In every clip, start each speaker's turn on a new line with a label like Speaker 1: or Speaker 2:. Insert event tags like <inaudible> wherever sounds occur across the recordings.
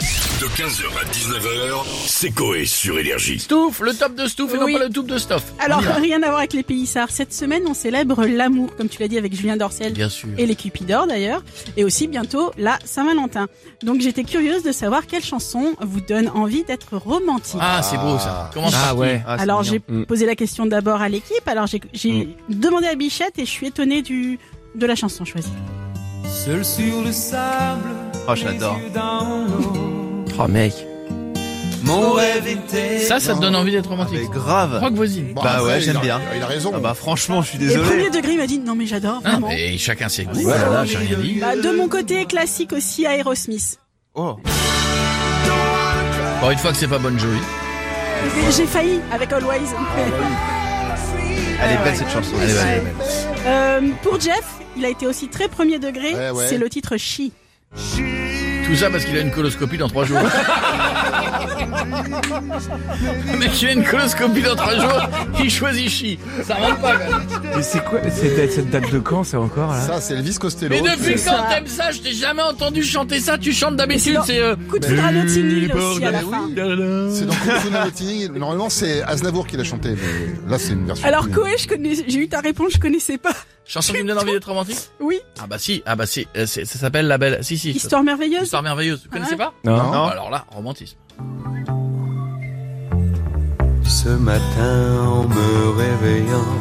Speaker 1: De 15h à 19h, c'est Coé sur Énergie.
Speaker 2: Stouff, le top de Stouff et non
Speaker 3: Oui.
Speaker 2: pas le top de Stuff.
Speaker 3: Alors,
Speaker 2: On <laughs> y va.
Speaker 3: rien à voir avec les Pélissards. Cette semaine, on célèbre l'amour, comme tu l'as dit avec Julien Dorcel
Speaker 2: bien sûr.
Speaker 3: et les Cupidors d'ailleurs, et aussi bientôt la Saint-Valentin. Donc, j'étais curieuse de savoir quelle chanson vous donne envie d'être romantique.
Speaker 2: Ah, c'est beau ça. Comment
Speaker 4: Ah,
Speaker 5: Ah
Speaker 2: ça
Speaker 3: Alors, j'ai posé la question d'abord à l'équipe, alors j'ai j'ai demandé à Bichette et je suis étonnée du, de la chanson choisie.
Speaker 4: Seul sur le sable.
Speaker 5: Oh, je l'adore.
Speaker 4: les yeux dans l'eau.
Speaker 2: Oh mec.
Speaker 4: Mon rêve était.
Speaker 2: Ça, ça te donne envie d'être romantique.
Speaker 5: Mais grave.
Speaker 2: Rock voisine. Ah, Bon,
Speaker 5: Bah
Speaker 2: après,
Speaker 5: ouais,
Speaker 2: il
Speaker 5: j'aime
Speaker 2: a-
Speaker 5: bien.
Speaker 1: Il a raison.
Speaker 5: Ah bah franchement, je suis
Speaker 3: Et premier
Speaker 5: désolé.
Speaker 3: degré m'a dit non mais j'adore
Speaker 2: Ah,
Speaker 3: vraiment.
Speaker 2: mais chacun ses goûts.
Speaker 5: Ouais.
Speaker 2: Voilà, j'ai rien dit.
Speaker 3: Bah, de mon côté, classique aussi Aerosmith.
Speaker 5: Oh.
Speaker 2: Bon, une fois que c'est pas bonne Jovi.
Speaker 3: Et J'ai failli avec Always.
Speaker 5: Elle est belle cette chanson.
Speaker 3: Elle est belle, elle est
Speaker 5: belle.
Speaker 3: Euh, pour Jeff, il a été aussi très premier degré.
Speaker 1: Ouais, ouais.
Speaker 3: C'est le titre She.
Speaker 2: Tout ça parce qu'il a une coloscopie dans trois <laughs> jours. Le mec, il a une coloscopie dans trois jours. Il choisit chi. Ça rentre pas. quand même.
Speaker 6: Mais c'est quoi cette, cette date de quand c'est encore
Speaker 5: bah.
Speaker 6: là
Speaker 1: Ça, c'est Elvis Costello.
Speaker 2: Mais depuis
Speaker 3: ça.
Speaker 2: quand t'aimes ça Je t'ai jamais entendu chanter ça. Tu chantes d'habitude.
Speaker 3: Mais
Speaker 2: C'est euh,
Speaker 3: Coup de foudre à Notting Hill aussi
Speaker 2: Ah bah
Speaker 3: à la fin.
Speaker 1: C'est dans Kung Fu Nanotini. Normalement, c'est Aznavour qui l'a chanté. Mais là, c'est une version.
Speaker 3: Alors
Speaker 1: plus-
Speaker 3: Koé, je connais- j'ai eu ta réponse, je connaissais pas.
Speaker 2: chanson qui me donne envie d'être romantique.
Speaker 3: Oui,
Speaker 2: Ah bah si. Ah bah si. Euh, c'est- Ça s'appelle la belle. Si si.
Speaker 3: histoire merveilleuse.
Speaker 2: Histoire merveilleuse. Vous connaissez pas
Speaker 1: Non.
Speaker 2: Bon, Alors là, romantisme.
Speaker 4: Ce matin en me réveillant.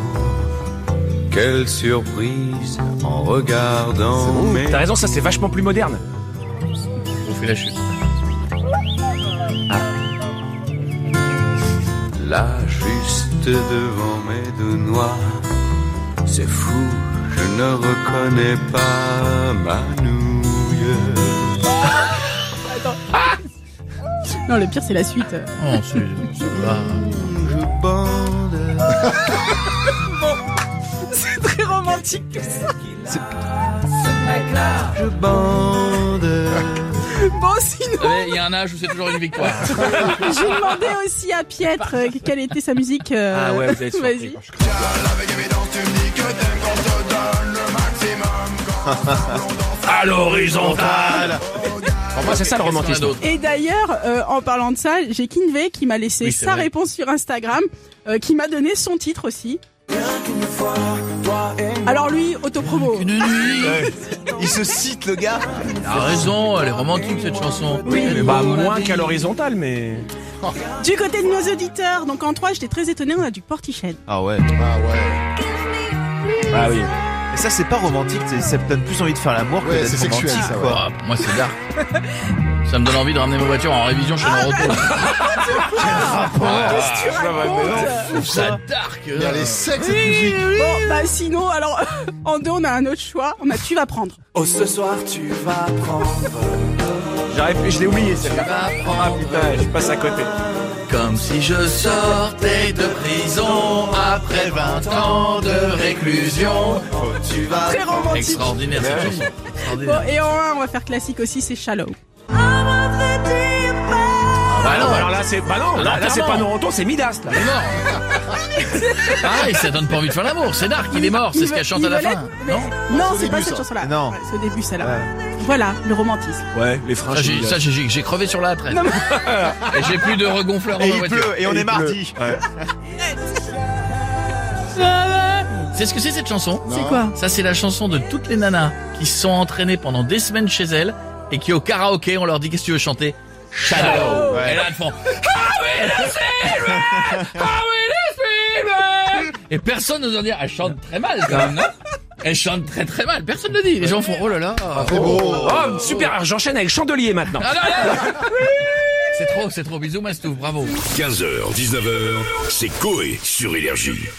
Speaker 4: Quelle surprise en regardant mes.
Speaker 6: T'as raison, ça c'est vachement plus moderne.
Speaker 2: On fait la chute.
Speaker 4: Là, juste devant mes deux noix. C'est fou, je ne reconnais pas ma nouille.
Speaker 3: Non, le pire c'est la suite.
Speaker 2: Oh, c'est. c'est pas-
Speaker 3: <laughs>
Speaker 4: Je bande.
Speaker 3: C'est très romantique tout ça.
Speaker 4: Je bande.
Speaker 3: Bon, sinon,
Speaker 2: Ouais, Il y a un âge où c'est toujours une victoire.
Speaker 3: j'ai demandé aussi à Pietre euh, quelle était sa musique. euh,
Speaker 6: Ah ouais, vous êtes surpris.
Speaker 3: Vas-y.
Speaker 1: À l'horizontale.
Speaker 6: moi, c'est
Speaker 2: Qu'est-ce
Speaker 6: ça le
Speaker 2: qu'on a
Speaker 6: romantisme.
Speaker 2: d'autre
Speaker 3: Et d'ailleurs, euh, en parlant de ça, j'ai Kinvey qui m'a laissé
Speaker 2: Oui, c'est
Speaker 3: sa
Speaker 2: vrai.
Speaker 3: réponse sur Instagram, euh, qui m'a donné son titre aussi. Alors lui, autopromo.
Speaker 2: Une nuit.
Speaker 5: Il se cite le gars.
Speaker 2: T'as raison, elle est romantique cette chanson. Oui,
Speaker 6: Bah moins qu'à l'horizontale, mais.
Speaker 3: Du côté de nos auditeurs, donc en 3, j'étais très étonnée, on a du Portiched.
Speaker 5: Ah ouais.
Speaker 1: Ah ouais.
Speaker 6: Ah oui.
Speaker 5: Et ça c'est pas romantique, c'est- ça me donne plus envie de faire l'amour que
Speaker 1: Ouais,
Speaker 5: d'être
Speaker 1: c'est sexuel,
Speaker 5: romantique
Speaker 1: ça, ouais.
Speaker 5: quoi.
Speaker 2: moi c'est dark. Ça me donne envie de ramener ma voiture en révision chez mon retour. Ah,
Speaker 3: Ah, Qu'est-ce que tu racontes
Speaker 2: Je trouve ça dark.
Speaker 1: Mais elle est sec, cette musique.
Speaker 3: Bon, bah sinon, alors, <laughs> en deux, on a un autre choix. On a Tu vas prendre.
Speaker 4: Oh, ce soir tu vas prendre.
Speaker 6: J'arrive, je l'ai oublié celle-là. Ah
Speaker 2: M'apprendre
Speaker 6: putain, je passe à côté.
Speaker 2: Comme si je sortais de prison après 20 ans de réclusion.
Speaker 5: Tu vas
Speaker 3: Très romantique.
Speaker 2: Extraordinaire cette chanson.
Speaker 3: Bon,
Speaker 2: Extraordinaire.
Speaker 3: et en un, on va faire classique aussi, c'est Shallow.
Speaker 2: Ah, Bah non,
Speaker 6: alors là c'est. Bah non, là, là, c'est pas Noronton, c'est Midas là.
Speaker 2: il est mort. Pareil, ça Ah, donne pas envie de faire l'amour. C'est dark, il est mort. C'est ce qu'elle chante à la fin. Non
Speaker 3: Non, c'est
Speaker 1: début,
Speaker 3: pas
Speaker 1: ça.
Speaker 3: cette chanson-là.
Speaker 5: Non.
Speaker 3: Ouais, c'est au début, celle-là. Voilà, le romantisme.
Speaker 6: Ouais, les
Speaker 2: Ça,
Speaker 6: franges.
Speaker 2: j'ai- ça, j'ai j'ai crevé sur la traîne. Et j'ai plus de regonfleur dans
Speaker 5: Et
Speaker 2: ma
Speaker 5: il
Speaker 2: voiture.
Speaker 5: pleut et on est mardi.
Speaker 2: C'est ce que c'est cette chanson
Speaker 1: Non.
Speaker 3: C'est quoi
Speaker 2: Ça, c'est la chanson de toutes les nanas qui se sont entraînées pendant des semaines chez elles et qui, au karaoké, on leur dit Qu'est-ce que tu veux chanter Shallow.
Speaker 5: Ouais.
Speaker 2: Et là, elles font Ah oui, la silhouette Ah oui, la silhouette Et personne n'ose en dire Elle chante très mal, quand même, non Elle chante très très mal, personne ne le dit. Les gens font Oh là là
Speaker 1: C'est beau.
Speaker 6: Oh super, alors j'enchaîne avec Chandelier maintenant.
Speaker 2: Ah là là <laughs> C'est trop, c'est trop. Bisous, Mastouf, bravo.
Speaker 1: 15h, 19h, c'est Coé sur Énergie.